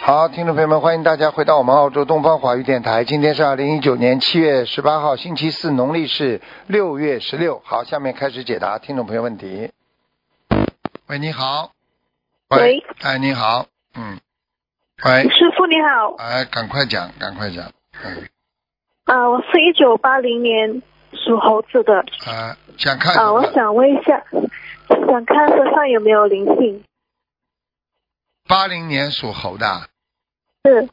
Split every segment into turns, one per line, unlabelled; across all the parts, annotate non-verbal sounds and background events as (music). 好，听众朋友们，欢迎大家回到我们澳洲东方华语电台。今天是二零一九年七月十八号，星期四，农历是六月十六。好，下面开始解答听众朋友问题。喂，你好。
喂。
哎，你好。嗯。喂。
师傅你好，
哎，赶快讲，赶快讲。嗯。
啊，我是一九八零年属猴子的，
啊，想看什
啊，
么？
我想问一下，想看身上有没有灵性？
八零年属猴的。
是，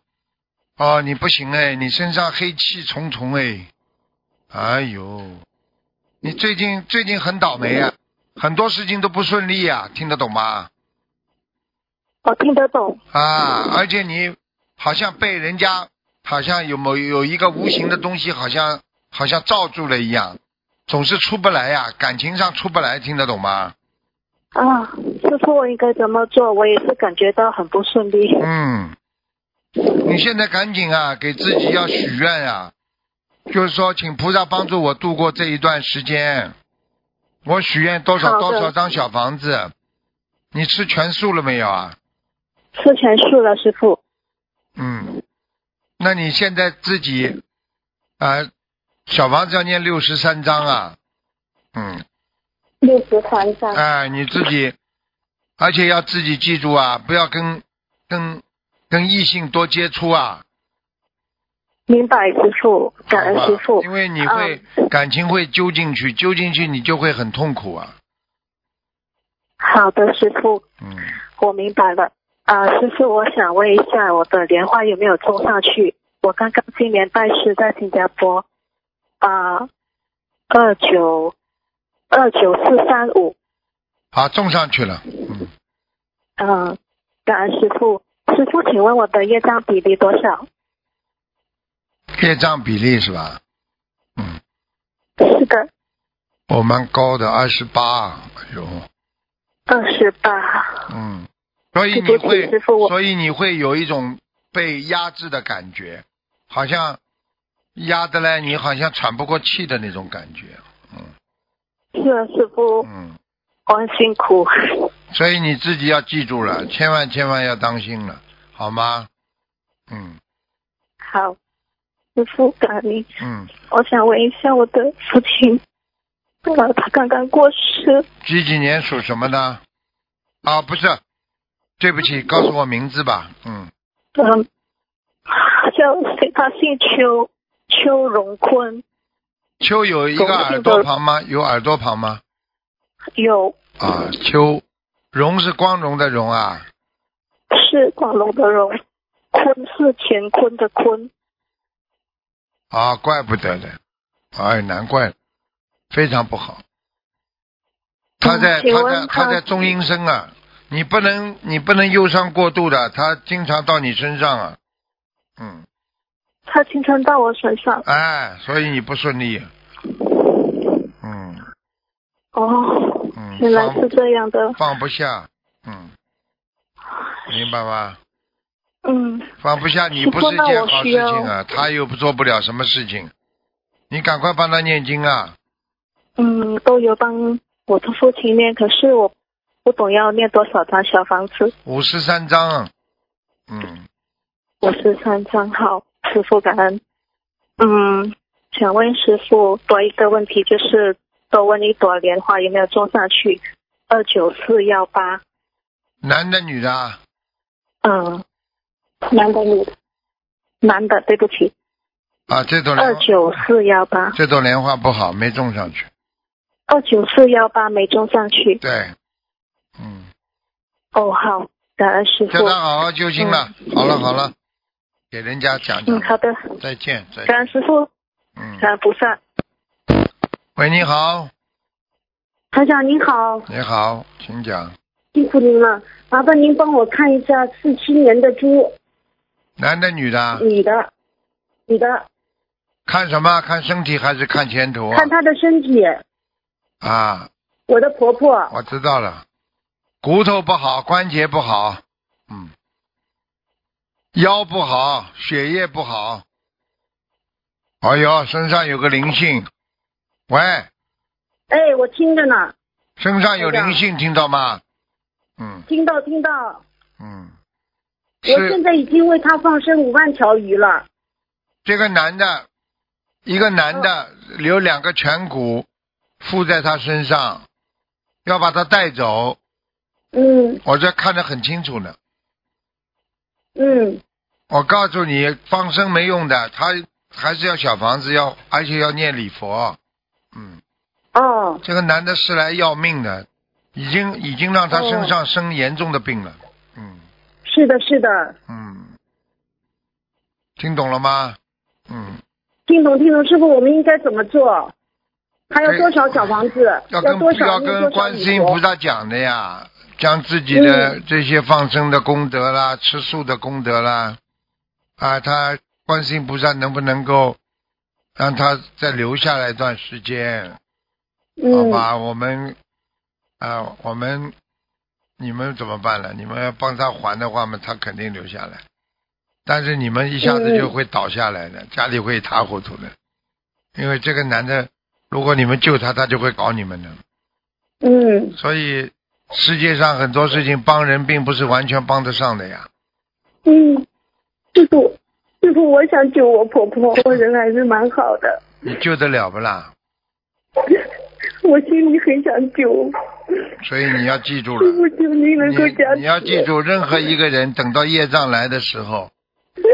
哦，你不行哎，你身上黑气重重哎，哎呦，你最近最近很倒霉啊，很多事情都不顺利啊，听得懂吗？
我听得懂，
啊，而且你好像被人家好像有某有一个无形的东西，好像好像罩住了一样，总是出不来呀、感情上出不来，听得懂吗？
啊，师傅我应该怎么做？我也是感觉到很不顺利。
嗯，你现在赶紧啊，给自己要许愿啊，就是说，请菩萨帮助我度过这一段时间。我许愿多少
好的
多少张小房子？你吃全素了没有啊？
吃全素了，师傅。
嗯，那你现在自己啊、小房子要念六十三章啊，嗯，
六十三张
哎，你自己，而且要自己记住啊，不要跟跟跟异性多接触啊，
明白，师傅，感恩
好吧
师嗯傅。
因为你会、感情会揪进去，揪进去你就会很痛苦啊。
好的，师傅，
嗯，
我明白了。啊，师傅，我想问一下，我的莲花有没有种上去？我刚刚今年拜师在新加坡，啊，二九二九四三五，
好，种上去了。嗯，
嗯，感恩师傅。师傅，请问我的业障比例多少？
业障比例是吧？嗯，
是的，
我蛮高的，二十八。哎呦，
二十八。
嗯，所以你
对不起
会
师傅，我
所以你会有一种被压制的感觉，好像压得来你好像喘不过气的那种感觉。
是啊，师傅，
嗯，
我很辛苦。
所以你自己要记住了，千万千万要当心了，好吗？嗯
好，师傅，感恩您。
嗯，
我想问一下我的父亲，呃，他刚刚过世，
几几年属什么的？啊，不是，对不起，告诉我名字吧。嗯，
嗯，叫他姓邱，邱荣坤，
秋有一个耳朵旁
嗯
吗？有耳朵旁吗？
有
啊，秋，荣是光荣的荣啊。
是广龙的荣，坤是乾坤的坤，
啊，怪不得的，哎，难怪，非常不好。他在、
嗯请
他
问
在他
他
在中阴身啊，你不能你不能忧伤过度的，他经常到你身上啊，嗯，
他经常到我身上。
哎，所以你不顺利，啊嗯
哦，
嗯，
原来
放
是这样的。
放不下，嗯，明白吗？
嗯，
放不下你
师
不
父
是
那
件
我
好事
需要
情啊，他又做不了什么事情，你赶快帮他念经啊，
嗯，都有帮我的父亲念，可是我不懂要念多少张小房子，
五十三章，啊嗯。
我是三张号，师傅感恩。嗯，想问师傅多一个问题，就是多问一朵莲花有没有种上去？二九四幺八，
男的女的啊？
嗯，男的女的，男的，对不起，
啊，这朵莲
二九四幺八，
这朵莲花不好，没种上去。
二九四幺八没种上去。
对，嗯，
哦，好，感恩师傅
叫。他好好修心了。好了好了，给人家讲讲
嗯，。好的，
再见再见。
感恩师傅，
嗯，
感恩菩萨。
喂，你好，
台长您好，
你好，请讲。
辛苦您了，麻烦您帮我看一下四七年的猪，
男的女的啊？
女的，女的，
看什么？看身体还是看前途啊？
看她的身体。
啊，
我的婆婆，
我知道了，骨头不好，关节不好，嗯，腰不好，血液不好。哎呦，身上有个灵性，喂，
哎，我听着呢，
身上有灵性，听到吗？嗯
听到听到，
嗯，
我现
是
在已经为他放生五万条鱼了。
这个男的，一个男的
嗯
留两个颧骨附在他身上，要把他带走，
嗯
我这看得很清楚呢。
嗯
我告诉你，放生没用的，他还是要小房子，要而且要念礼佛。嗯，
哦
这个男的是来要命的，已经已经让他身上生严重的病了。嗯
是的是的，
嗯，听懂了吗？嗯，
听懂听懂，师傅我们应该怎么做？还
对
要多少小房子？
哎要跟
要多少
要
念多
跟
少
观世
礼
音菩
佛？
萨讲的呀，讲自己的
嗯
这些放生的功德啦，吃素的功德啦，啊，他观世音菩萨能不能够让他再留下来一段时间？好
嗯
吧，我们啊，我们你们怎么办了？你们要帮他还的话嘛，他肯定留下来。但是你们一下子就会倒下来的，家里会一塌糊涂的，因为这个男的，如果你们救他，他就会搞你们的。
嗯
所以世界上很多事情帮人并不是完全帮得上的呀。
嗯，师傅师傅，我想救我婆婆，我人还是蛮好的。
你救得了不啦？
我心里很想救，
所以你要记住
师
了，
傅求您能够加
你
持。
你要记住，任何一个人等到业障来的时候，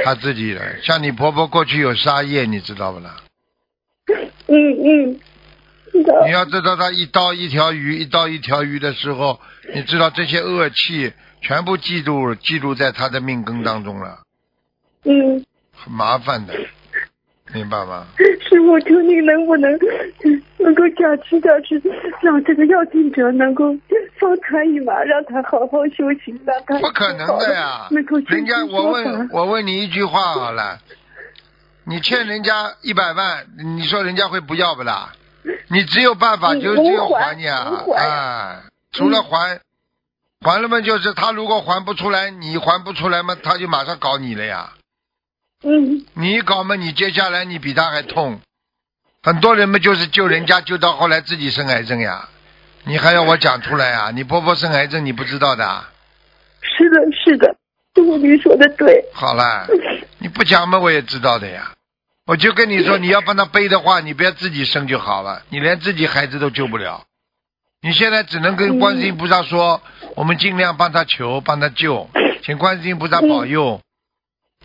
他自己来。像你婆婆过去有杀业，你知道不啦？
嗯嗯，是的
你，要知道，他一刀一条鱼，一刀一条鱼的时候，你知道这些恶气全部记住记录在他的命根当中了，
嗯，
很麻烦的，明白吗？
师傅求您能不能能够加持加持，让这个要经者能够放他一马，让他好好修行，让他
不可能的呀！
能哎够
人家
真心
我
说
问
法
我问你一句话好了，你欠人家一百万，你说人家会不要不啦？你只有办法
嗯
就
能
只有
还
你啊
能！还嗯
哎，除了还，还了嘛，就是他如果还不出来，你还不出来嘛，他就马上搞你了呀！
嗯
你一搞嘛，你接下来你比他还痛。很多人嘛，就是救人家救到后来自己生癌症呀，你还要我讲出来啊？你婆婆生癌症你不知道的啊？
是的是的，师傅您说的对，
好啦，你不讲嘛，我也知道的呀。我就跟你说，你要帮他背的话，你不要自己生就好了。你连自己孩子都救不了，你现在只能跟观世音菩萨说，我们尽量帮他求，帮他救，请观世音菩萨保佑。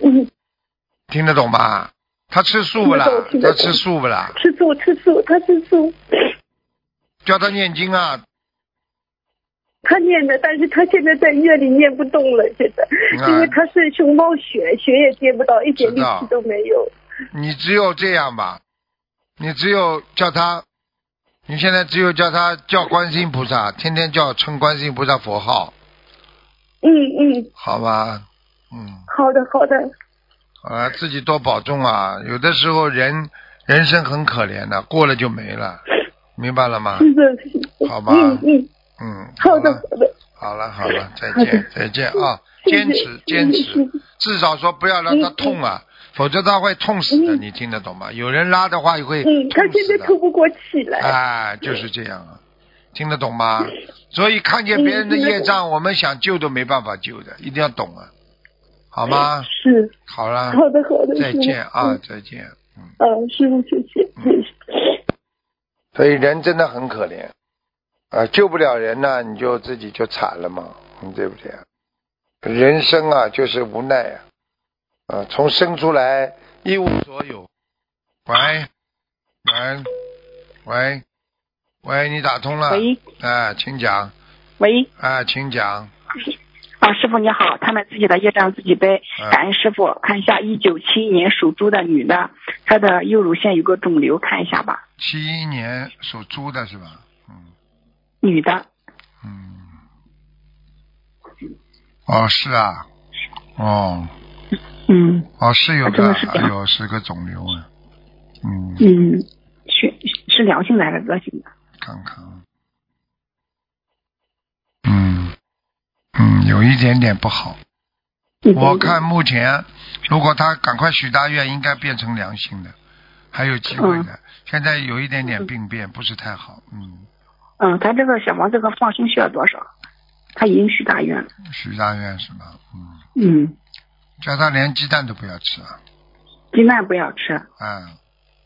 嗯，
听得懂吗？他吃素不啦
听得懂？听
他
得懂
吃素不啦？
吃素吃素，他吃素，
叫他念经啊！
他念的，但是他现在在医院里念不动了，现在，
啊
因为他是熊猫血，血也接不到，一点力气都没有。
你只有这样吧，你只有叫他，你现在只有叫他叫观世音菩萨，天天叫称观世音菩萨佛号，
嗯嗯，
好吧？嗯。
好的好的，
啊，自己多保重啊！有的时候人人生很可怜的、过了就没了，明白了
(laughs)
吗？
是的，
好吧
嗯嗯，
嗯，
好的
了，
好的，
好了，好了，再
好
见
的，嗯
再见啊！
谢谢
坚持，坚持，至少说不要让他
嗯嗯嗯
痛啊，否则他会痛死的，
嗯
你听得懂吗？有人拉的话也会
嗯，他
痛
现
死
在
的。
透不过气来，
哎，就是这样啊，听得懂吗？所以看见别人的
嗯听得
业
懂
障，我们想救都没办法救的，一定要懂啊，好吗？
是，
好了，
嗯好的好的，
啊再
师傅
见啊
嗯，
再见。
嗯，师傅谢谢，
所以人真的很可怜，啊，救不了人呢，你就自己就惨了嘛，嗯对不对啊？人生啊，就是无奈啊，啊，从生出来一无所有。喂，喂，喂，喂，你打通了？
喂
啊，请讲，
喂，
啊，请讲，
啊，师傅你好，他们自己的业障自己背
嗯。
感恩师傅，看一下一九七一年属猪的女的，她的右乳腺有个肿瘤，看一下吧。
七一年属猪的是吧？嗯
女的，
嗯，哦，是啊，哦。
嗯
哦，是有
啊这
个，
个是这
哎
样
呦，是个肿瘤啊。嗯，
嗯，是是良性的还是恶性的？
看看啊。嗯，嗯，有一点点不好。
你
我看目前，如果他赶快许大愿，应该变成良性的，还有机会的。现在有一点点病变，不是太好。嗯，
嗯，她这个小王这个放生需要多少？她已经许大愿了。
许大愿是吧？嗯，
嗯，
叫他连鸡蛋都不要吃啊。
鸡蛋不要吃。
嗯，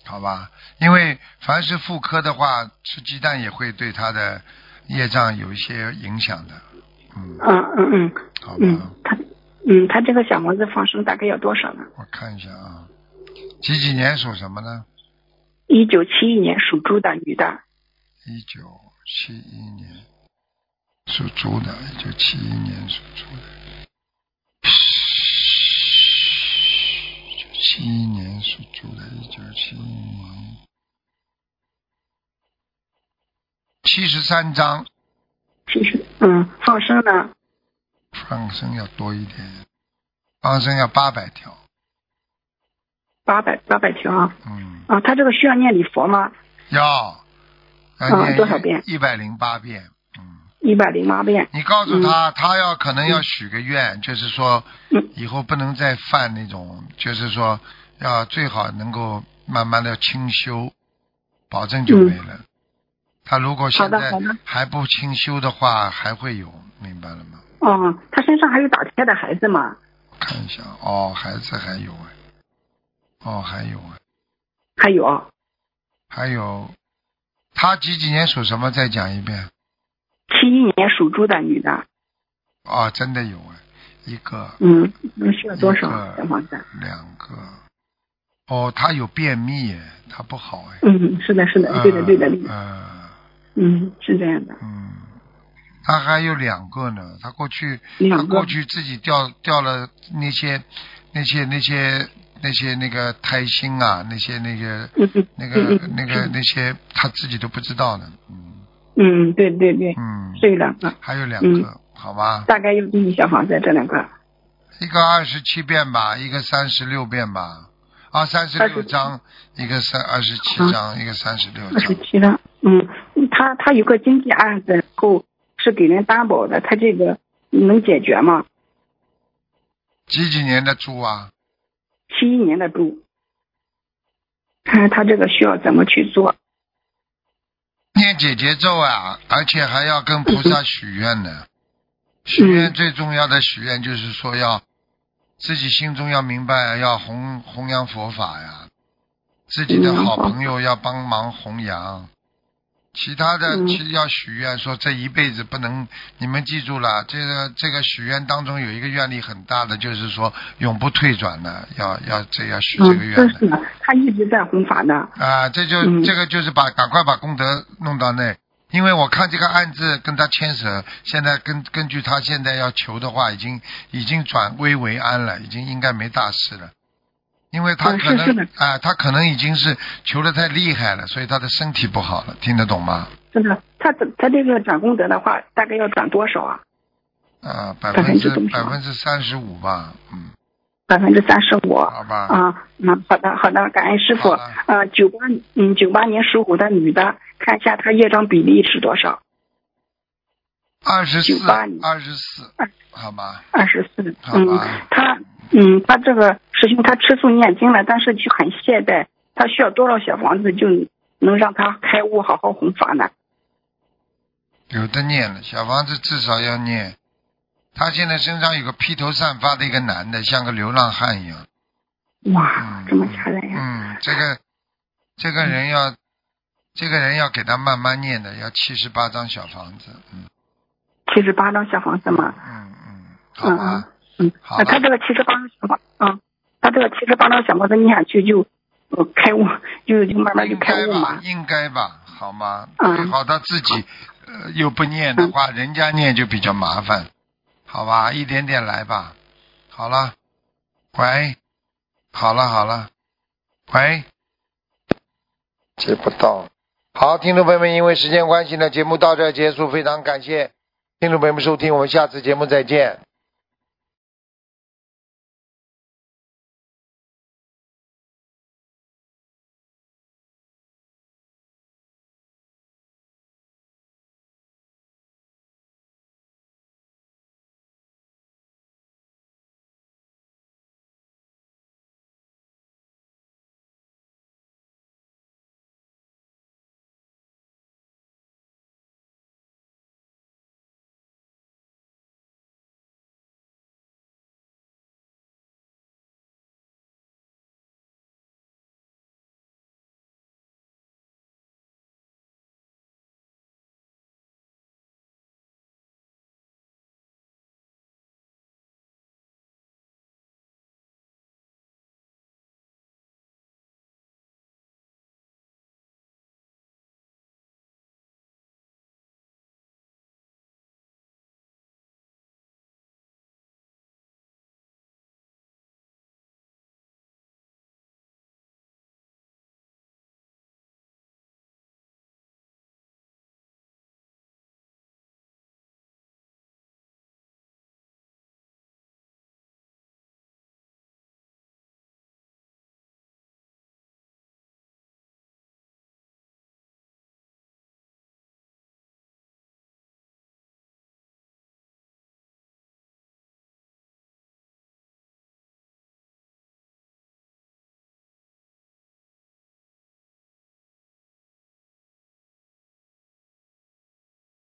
好吧，因为凡是妇科的话，吃鸡蛋也会对他的业障有一些影响的。嗯，
嗯嗯嗯
好吧，
嗯，他嗯他这个小房子放生大概要多少呢？
我看一下啊，几几年属什么呢？
一九七一年属猪的女的，
一九七一年属猪的，一九七一年属猪的，一九七一年属猪的，一九七一年，七十三张，
其实嗯放生呢，
放生要多一点，放生要八百条，
八百八百条啊。
嗯，
啊，他这个需要念礼佛吗？
要
嗯
要念
多少遍
一百零八遍，嗯。
一百零八遍。
你告诉他，他要可能要许个愿，就是说
嗯，
以后不能再犯那种，就是说，要最好能够慢慢的清修，保证就没了。他如果现
好的
在
嗯好的
还不清修的话，还会有，明白了吗？
哦，他身上还有打胎的孩子吗？
我看一下，哦，孩子还有哎，哦，还有哎，
还有
还有，他几几年属什么？再讲一遍。
七一年属猪的女的，
哦，真的有哎，一个，
嗯，那需要多少
一个
小房子？啊
两个，哦，他有便秘哎，他不好哎。
嗯，是的，是的，对的，对的，对的
呃
嗯，是这样的，
嗯，他还有两个呢，他过去他
两个
过，去自己掉掉了那些那些那些那些那个胎心啊，那些那个
嗯嗯
那个
嗯嗯
那个那些他自己都不知道呢。嗯
嗯，对对对，嗯
嗯，
这两个，
还有两个，好吧，
大概要多少小房子？这两个
一个二十七遍吧，一个三十六遍吧。啊，三十六
20
章，一个三二十七
嗯
章，一个三十六
二十
章。
七了，嗯，他他有个经济案子，然后是给人担保的，他这个能解决吗？
几几年的猪啊？
七一年的猪，看他这个需要怎么去做？
念姐姐咒啊，而且还要跟菩萨许愿呢。许愿最重要的许愿就是说要自己心中要明白，要弘弘扬佛法呀，自己的好朋友要帮忙弘扬。其他的
嗯
其要许愿，说这一辈子不能，你们记住了，这个这个许愿当中有一个愿力很大的，就是说永不退转的，要要这要许这个
嗯，
愿
这
的。
是的，他一直在弘法的，
啊，这就、
嗯
这个就是把赶快把功德弄到内，因为我看这个案子跟他牵扯，现在根根据他现在要求的话，已经已经转危为安了，已经应该没大事了。因为他
嗯
可
是是
能
的
啊、他可能已经是求的太厉害了，所以他的身体不好了，听得懂吗？
是的，他这他这个转功德的话，大概要转多少啊？
啊、百
百
分
分
之
之多
百
少
分之三十五吧，嗯，
百分之三十五。
好吧，
啊，嗯，好的，好的，感恩师傅
好了。
呃，九八嗯九八年属虎的女的，看一下她业障比例是多少？
二十四
98年
二十四
嗯，
好吧，
二十四。
好
嗯
吧，
她嗯她这个师兄她吃素念经了，但是就很懈怠，她需要多少小房子就能让她开悟，好好弘法呢？
有的念了，小房子至少要念。他现在身上有个披头散发的一个男的，像个流浪汉一样。
哇
嗯，，
这么吓人呀！
嗯，这个这个人要，这个人要给他慢慢念的，要七十八张小房子。嗯
七十八张小房子嘛，
嗯嗯，好
嗯
吧
嗯，嗯，
好
那他
了
这个七十八张小房，嗯，他这个七十八张小房子念下去就，呃，开悟，就就慢慢就
应
开
该
悟
吧
嘛，，
应该吧，好吗？
嗯
最好他自己呃又不念的话，人家念就比较麻烦，好吧？一点点来吧。好了，喂，好了好了，喂，接不到。好，听众朋友们，因为时间关系呢，节目到这儿结束，非常感谢听众朋友们收听，我们下次节目再见。